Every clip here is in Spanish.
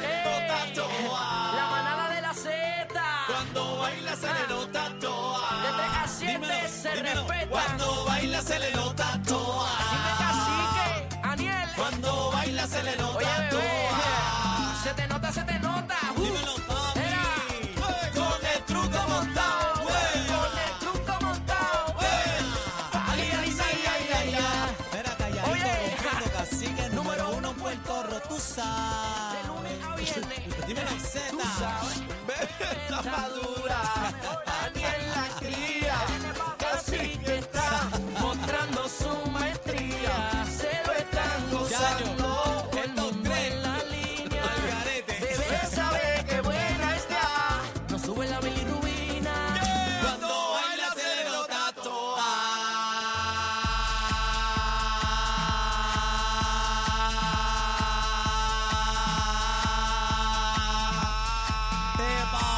nota toa. La manada de la Z. De Cuando baila se le nota toa. 3 a 7 se Dímelo, respetan. Cuando baila se le nota Dime toa. cacique, Aniel. Cuando baila se le Oye, nota bebé. toa. Se te nota, se te nota. Uh, Dímelo, papi. Era. Con el truco montado. Con el truco montado. Ay, ay, ay, ay, ay, ay. Oye. Número uno en Puerto Rico, tú De sabes. lunes a viernes. Dímelo, Z. Tú sabes. Tapa dura. Aniel la cría. Cacique está mostrando su maestría. Se lo están gozando. yo. El mundo en la línea. Al garete. Bebé sabe que buena está. No sube la bilirrubina. Cuando baila se le nota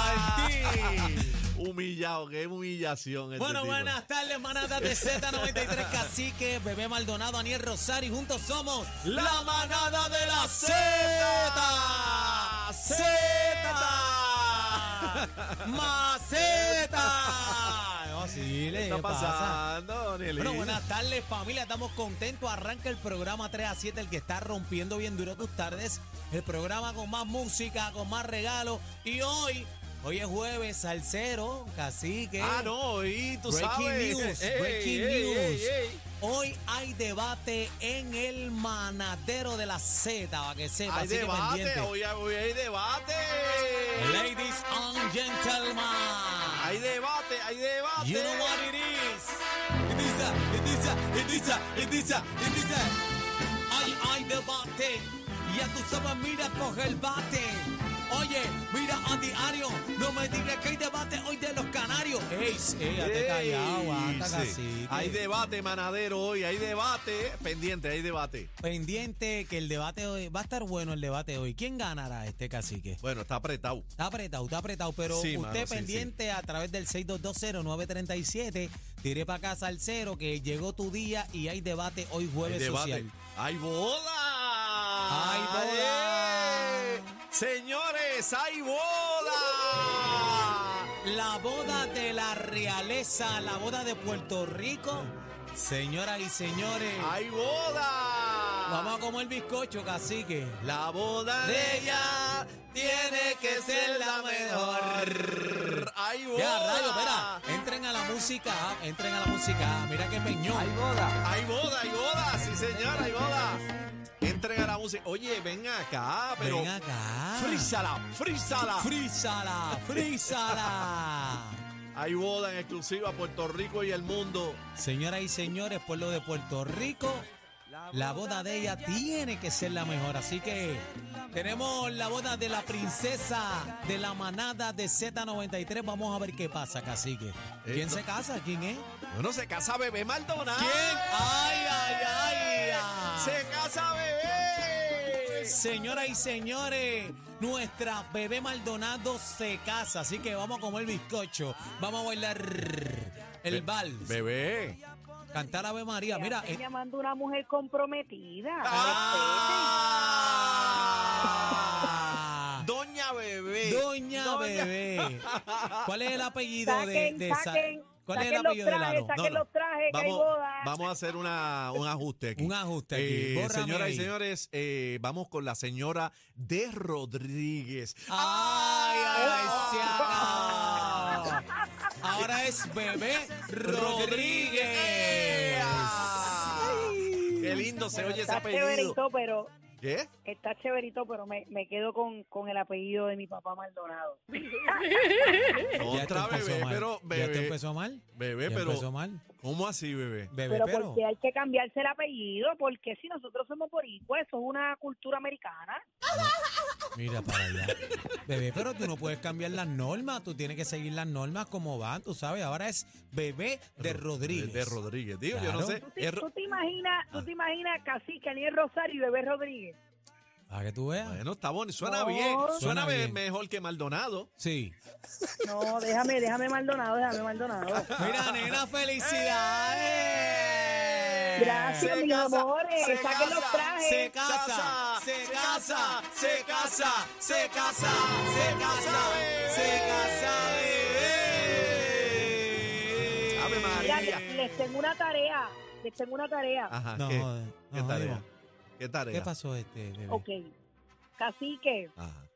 toa. Humillado, qué humillación. este Bueno, tipo. buenas tardes, manada de Z93 Cacique, Bebé Maldonado, Aniel Rosario, y juntos somos la manada de la Z. Z. Maceta. No, sí, le ¿Qué está pasa? pasando, Daniel? Bueno, buenas tardes familia, estamos contentos. Arranca el programa 3 a 7, el que está rompiendo bien duro tus tardes. El programa con más música, con más regalos. Y hoy, hoy es jueves, salsero, cacique. Ah, no, y tú breaking sabes. news, Ey, breaking ey, news. ey, ey. Hoy hay debate en el manadero de la Z, para que sepa, Hay así que debate, pendiente. hoy, hay- hoy hay debate. Ladies and gentlemen. Hay debate, hay debate. You know what it is. It is a, it is a, it is a, it is a, it is a. Ay, ay, debate. Ya tú sabes, mira, coge el bate. Oye, mira a diario. No me digas que hay debate hoy de los canarios. Ey, ey, Ey, te callado, aguanta, sí. cacique. Hay debate, manadero, hoy. Hay debate. Pendiente, hay debate. Pendiente que el debate hoy, va a estar bueno el debate hoy. ¿Quién ganará este cacique? Bueno, está apretado. Está apretado, está apretado, pero Sí, usted mano, sí, pendiente a través del 6220937, tire para casa al cero que llegó tu día y hay debate hoy Hay jueves debate. social. ¡Hay boda! Hay boda. ¡Eh! Señores, hay boda. La boda de la realeza, la boda de Puerto Rico. Señoras y señores, Hay boda. vamos a comer bizcocho, cacique. La boda de ella tiene que ser la mejor. Hay boda. Ya, rayo, espera, entren a la música, entren a la música. Mira que peñón. Hay boda, hay boda, sí señora, hay boda. Entren a la música. Oye, ven acá, pero Ven acá. frízala, frízala. Frízala, frízala. Hay boda en exclusiva a Puerto Rico y el mundo. Señoras y señores, pueblo de Puerto Rico, la boda de ella tiene que ser la mejor. Así que tenemos la boda de la princesa de la manada de Z93. Vamos a ver qué pasa, cacique. ¿Quién no- se casa? ¿Quién es? Bueno, se casa Bebé Maldonado. ¿Quién? ¡Ay, ay, ay! ay. Se casa Bebé. Señoras y señores, nuestra bebé Maldonado se casa. Así que vamos a comer bizcocho. Vamos a bailar el vals. Bebé. Cantar Ave María. Mira, Están eh, llamando a una mujer comprometida. Ah, Ah. Doña Bebé. Doña Bebé. ¿Cuál es el apellido Saquen, de, de esa- saquen, ¿Cuál es el saquen los apellido de trajes, Lalo? saquen- los trajes, que hay vamos, boda. vamos a hacer una, un ajuste aquí. Un ajuste aquí. Eh, Bórrame señoras ahí. y señores, eh, vamos con la señora de Rodríguez. Ay, ay, se Ah. acabó. Ahora es Bebé Rodríguez. Qué lindo se oye ese Está apellido. chéverito, pero ¿Qué? está chéverito, pero me, me quedo con, con el apellido de mi papá Maldonado. Ya esto Otra empezó bebé, mal. pero Ya esto bebé. empezó mal. Bebé, Ya empezó pero. mal. ¿Cómo así, bebé? Bebé, Pero, pero. porque hay que cambiarse el apellido, porque si nosotros somos boricuas, eso es una cultura americana. Mira para allá. Bebé, pero tú no puedes cambiar las normas. Tú tienes que seguir las normas como van, tú sabes. Ahora es bebé de Rodríguez. De Rodríguez, digo, yo Claro. no sé. ¿Tú te, es Ro- tú te imaginas, tú te imaginas Cacique, Aniel Rosario y Bebé Rodríguez? Para que tú veas. Bueno, está bueno, suena No. bien, suena, Suena me- bien. mejor que Maldonado. Sí. No, déjame, déjame Maldonado, déjame Maldonado. Mira, nena, felicidades. Gracias, Se mis casa, amores. se Saquen los casa, trajes. Se casa, se casa, se casa, se casa, se casa, se casa, bebé. Ave Mira, María. les, les tengo una tarea. Les tengo una tarea. Ajá, No, ¿qué, no, qué no, tarea? digo, ¿Qué tarea? ¿Qué pasó este, bebé? Ok. Cacique, Ajá.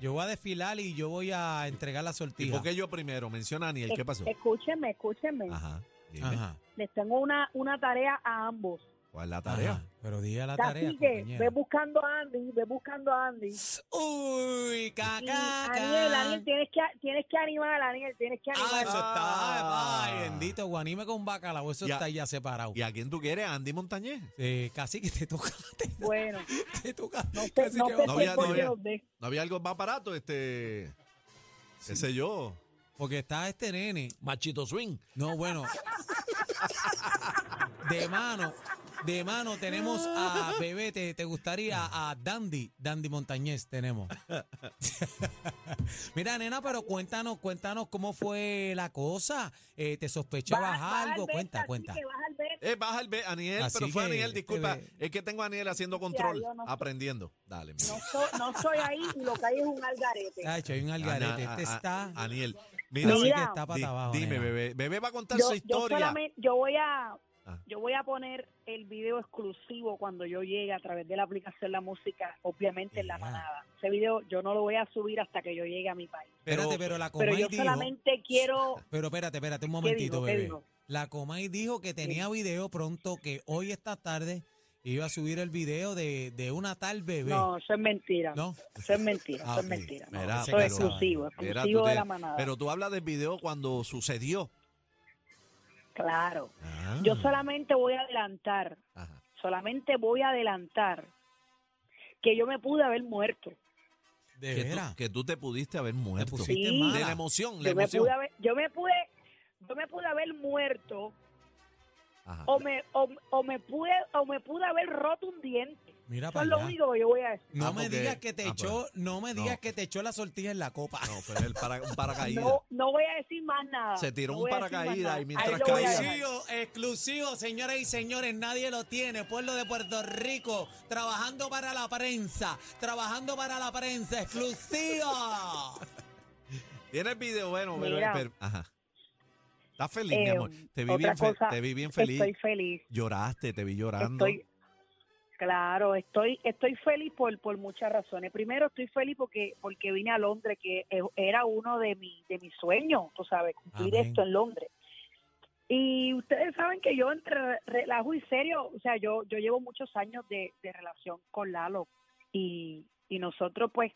Yo voy a desfilar y yo voy a entregar la ¿Y sortija. por qué yo primero? Menciona a Aniel, es- ¿qué pasó? Ah. escúchenme, escúchenme. Ajá, dime, Este, Ajá. Les tengo una, una tarea a ambos. ¿cuál Pues es la tarea? Tarea. Pero diga la tarea. Cacique, compañera. ve buscando a Andy, ve buscando a Andy. Uy, Y, caca. Aniel, Aniel, tienes que, tienes que animar, Aniel, tienes que Ah, animar. eso Ah. está. Ay, bendito, guanime con bacalao. Eso Ya. está ya separado. ¿Y a quién tú quieres? ¿Andy Montañez? Eh, casi que te toca. Te, Bueno, te toca. no sé, Ah. casi no pues, que va- sé no si había- es porque no había. los de- ¿No había algo más barato? Este. ¿Qué sé yo? Porque está este nene. Machito Swing. No, bueno. De mano, de mano tenemos a Bebé, te, te gustaría a Dandy, Dandy Montañez tenemos. Mira, nena, pero cuéntanos, cuéntanos cómo fue la cosa. Eh, ¿Te sospechabas Baja- baja al algo? Beta, Cuenta, Cacique, cuenta. baja al Beta. Eh, baja el B, Aniel, Así pero fue que, Aniel, este disculpa. ve- Es que tengo a Aniel haciendo control, yo no- aprendiendo. Dale, mira. No, so- no soy ahí y lo que hay es un algarete. Ay, hay un algarete. Ana- Este a- a- está. Aniel, mira, Mira, Mira, que está di- para abajo. dime, nena. bebé. Bebé va a contar su historia. solamente- yo voy a Ah. yo voy a poner el video exclusivo cuando yo llegue a través de la aplicación La Música, obviamente en la Ya. manada. Ese video yo no lo voy a subir hasta que yo llegue a mi país. Pero- espérate, pero la Pero Comay yo dijo. solamente quiero Ah, Pero espérate, espérate un ¿Qué momentito, digo? ¿Qué bebé. digo? La Comay dijo que tenía video pronto, que hoy esta tarde iba a subir el video de, de una tal bebé. No, eso es mentira. ¿No. Eso es mentira, Ah, eso es ok. mentira. no. Mira, eso es pero- exclusivo, Mira, exclusivo tú de te- la manada. Pero tú hablas del video cuando sucedió. claro. Ah. Ah, Yo solamente voy a adelantar, Ajá. solamente voy a adelantar que yo me pude haber muerto. De Que tú, veras. que tú te pudiste haber Te muerto. pusiste Sí. mala. De la emoción, la Yo me emoción. pude haber, yo me pude, yo me pude haber muerto Ajá. o me, o, o me pude, o me pude haber roto un diente. Mira Eso para es lo allá. único que yo voy a decir. No Ah, me porque- digas que te ah, echó, no me no. digas que te echó la sortija en la copa. No, fue el para, un paracaídas. No, no voy a decir más nada. Se tiró No un voy a decir más paracaídas nada. y mientras Ahí lo voy a caía- dejar. Exclusivo, exclusivo, señoras y señores, nadie lo tiene. Pueblo de Puerto Rico, trabajando para la prensa, trabajando para la prensa, exclusivo. Tiene el video, bueno, pero- Mira. pero- ajá. Estás feliz, mi Eh, amor. Te vi, otra bien fe- cosa, te vi bien feliz. Estoy feliz. Lloraste, te vi llorando. Estoy, claro, estoy, estoy feliz por, por muchas razones. Primero, estoy feliz porque, porque vine a Londres, que e- era uno de, mi, de mis sueños, tú sabes, cumplir Amén. esto en Londres. Y ustedes saben que yo entre relajo y serio, o sea, yo, yo llevo muchos años de, de relación con Lalo y, y nosotros pues,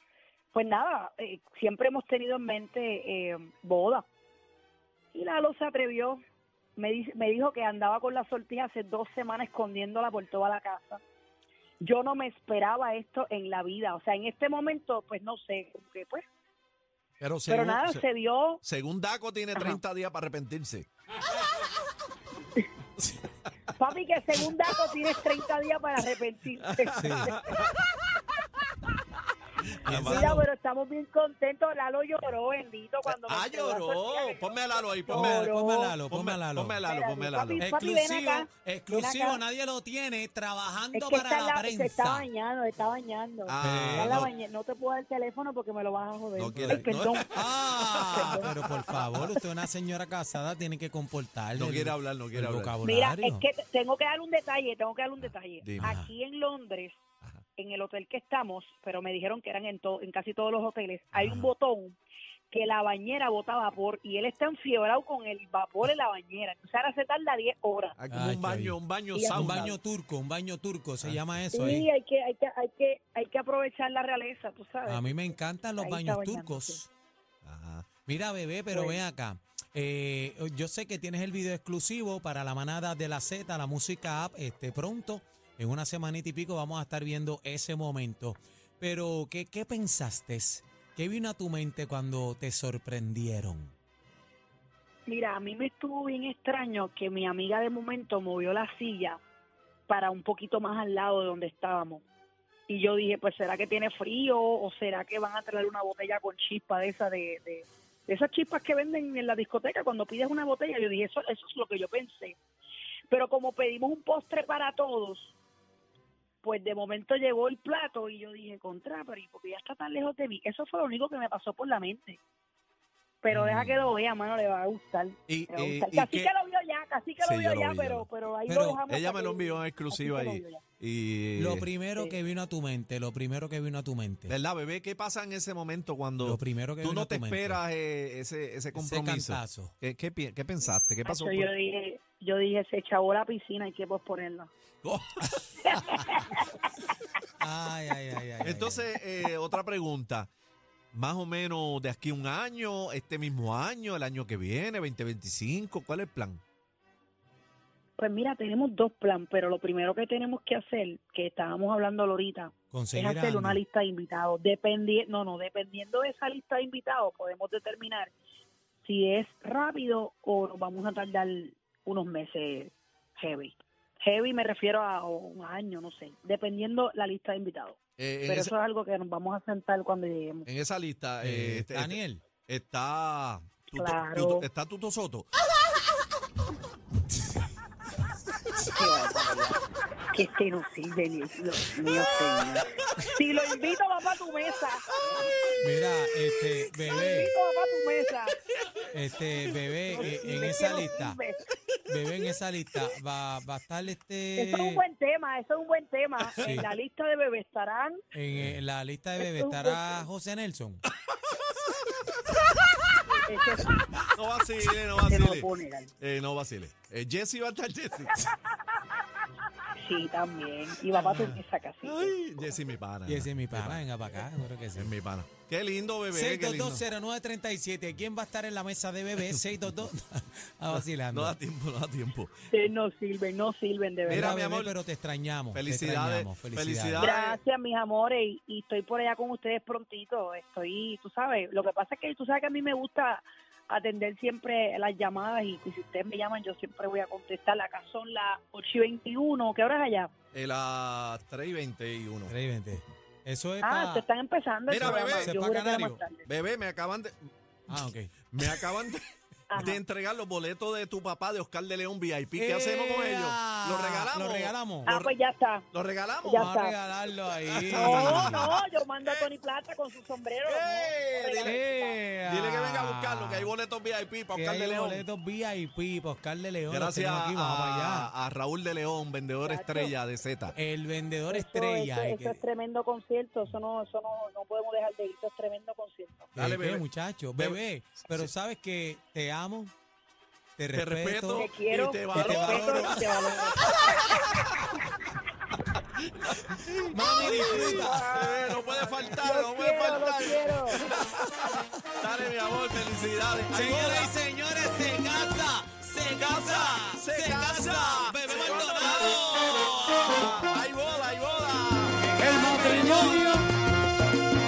pues nada, eh, siempre hemos tenido en mente eh, boda. Y Lalo se atrevió me, dice- me dijo que andaba con la sortija hace dos semanas escondiéndola por toda la casa. Yo no me esperaba esto en la vida. O sea, en este momento, pues no sé, como que, pues, Pero, pero según, nada, se- se dio. según Daco tiene Ajá. 30 días para arrepentirse. Papi, que según dato tienes 30 días para arrepentirte. Ah, Mira, pero estamos bien contentos. Lalo lloró, bendito, cuando me ah, entregó la lloró. sortija, que Ponme a Lalo ahí, ponme a Ponme, Lloró. ponme a Lalo, ponme Ponme a Lalo. ponme a Lalo, Espérate, ponme a Lalo. papi. ven Exclusivo, acá, exclusivo, acá. nadie lo tiene, Es trabajando que para está la la- se está prensa. bañando, se está bañando. Ah, Eh, Está en la no. bañe- no te puedo dar el teléfono porque me lo vas a joder. No quiere- Ay, perdón. Ah, pero por favor, usted es una señora casada, tiene que comportarse. No quiere hablar, no quiere hablar. Mira, es que te- tengo que dar un detalle, tengo que dar un detalle. Dime. Aquí en Londres, Ajá. en el hotel que estamos, pero me dijeron que eran en, to- en casi todos los hoteles, hay Ajá. un botón que la bañera bota vapor y él está enfiebrado con el vapor en la bañera. Entonces ahora se tarda 10 horas. Hay como Ay, un qué baño, bien. un baño Y a- Un sauna. baño turco, un baño turco, se Ah. llama eso ahí. Sí, hay que, hay, que, hay, que, hay que aprovechar la realeza, tú sabes. A mí me encantan los Ahí está baños bañándose. turcos. Ajá. Mira, bebé, pero Bueno. ven acá. Eh, yo sé que tienes el video exclusivo para la manada de la Z, la música app, este pronto. En una semanita y pico vamos a estar viendo ese momento. Pero, ¿qué, qué pensaste? ¿Qué vino a tu mente cuando te sorprendieron? Mira, a mí me estuvo bien extraño que mi amiga de momento movió la silla para un poquito más al lado de donde estábamos. Y yo dije, pues será que tiene frío o será que van a traer una botella con chispa de esa de, de, de esas chispas que venden en la discoteca cuando pides una botella. Yo dije, eso, eso es lo que yo pensé. Pero como pedimos un postre para todos, pues de momento llegó el plato y yo dije, contra, pero ¿y por qué ya está tan lejos de mí? Eso fue lo único que me pasó por la mente. Pero deja que lo vea, mano, le va a gustar. Y- le va a y- gustar. Mm. Eh, y Casi qué- que lo vio ya, casi que Sí, lo yo vio lo ya, vi, yo pero, lo- pero ahí Pero lo dejamos. Ella hasta me lo que- envió en exclusiva Así que lo ahí. vio ya. Y, Lo primero que vino a tu mente, lo primero que vino a tu mente. ¿Verdad, bebé? ¿Qué pasa en ese momento cuando Lo primero que tú vino no a te tu mente. esperas eh, ese, ese Ese compromiso? cantazo. ¿Qué, qué, pi- qué pensaste? ¿Qué pasó? Macho, yo dije, yo dije, se echó a la piscina, hay que posponerla. Ay, ay, ay, ay, ay. Entonces, eh, otra pregunta. Más o menos de aquí a un año, este mismo año, el año que viene, 2025, ¿cuál es el plan? Pues mira, tenemos dos plan, pero lo primero que tenemos que hacer, que estábamos hablando ahorita, ay. es conseguir a hacer Andy. una lista de invitados. Dependi no, no, dependiendo de esa lista de invitados, podemos determinar si es rápido o nos vamos a tardar unos meses heavy. Heavy me refiero a un año, no sé, dependiendo la lista de invitados. Eh, en, Pero esa, eso es algo que nos vamos a sentar cuando lleguemos. en esa lista eh, Eh, este- Daniel. está, Tuto- Claro. Tuto- está Tuto Soto. Que este no sirve, ni- Dios mío, señor. Si lo invito, va para tu mesa. Mira, este, Si lo bebé, invito, va para tu mesa. este, bebé, eh, Ni en me esa quiero lista, Eh, sirve. bebé, en esa lista, va, va a estar este, Eso es un buen tema, eso es un buen tema. Sí. En la lista de bebés estarán. en, eh, la lista de bebé Eso es un buen estará tema. José Nelson. Es que eso No vacile, Ah, no se no lo vacile. puedo negar. Eh, no vacile. Eh, Jesse va a estar Jesse. Sí, también. Y va Ah. para tu mesa casi. Ay, Jesse mi pana. Y ese es mi pana, venga para acá, yo creo que sí. Es mi pana. Qué lindo, bebé. qué lindo. 6220937, ¿quién va a estar en la mesa de bebé? 622, a No vacilando. da tiempo, no da tiempo. Ustedes no sirven, no sirven de Mira, verdad. Mira, mi bebé, amor. pero te extrañamos. te Felicidades, extrañamos, felicidades. felicidades. Gracias, mis amores. Y, y estoy por allá con ustedes prontito. Estoy, tú sabes, lo que pasa es que tú sabes que a mí me gusta atender siempre las llamadas y, y si ustedes me llaman, yo siempre voy a contestar. Acá son las 8 y 21. ¿Qué horas allá? Eh, las 3 y 21. Increíble. Eso es Ah, para... te están empezando el Mira, programa. bebé. Yo Sepa juro que era canario. más tarde. Bebé, me acaban de, Ah, ok. me acaban de, Ajá. de entregar los boletos de tu papá de Oscar de León VIP. ¿Qué hacemos con ellos? ¡Ea! ¿Los regalamos? ¿Los regalamos? Ah, pues ya está. ¿Los regalamos? Ya Vamos a está. regalarlo ahí. No, no, yo mando a Tony Plata con su sombrero. ¡Eh! no, no, regalo. Ea. Dile que venga a buscarlo, que hay boletos VIP para Ah, Que Oscar de hay León. boletos VIP para Oscar de León. los Gracias tenemos aquí, vamos para allá. Eh, a, a Raúl de León, vendedor Chacho. estrella de Z. El vendedor Eso- estrella. Eso, eh, eso que- es tremendo concierto. Eso no, eso no, no podemos dejar de ir. Eso es tremendo concierto. que- Dale, que, bebé. eh, muchacho. Bebé. Bebé, pero sabes que te amo, te Te respeto, respeto. Te quiero, y te te valoro. respeto y te valoro. Mami, disfruta. Bebé, Eh, no puede faltar, no Los puede quiero, los faltar. quiero. Dale, mi amor, felicidades. Señoras y señores, se casa, se casa, se casa. Bebé Se Maldonado. casa. ¡Hay boda, hay boda! El matrimonio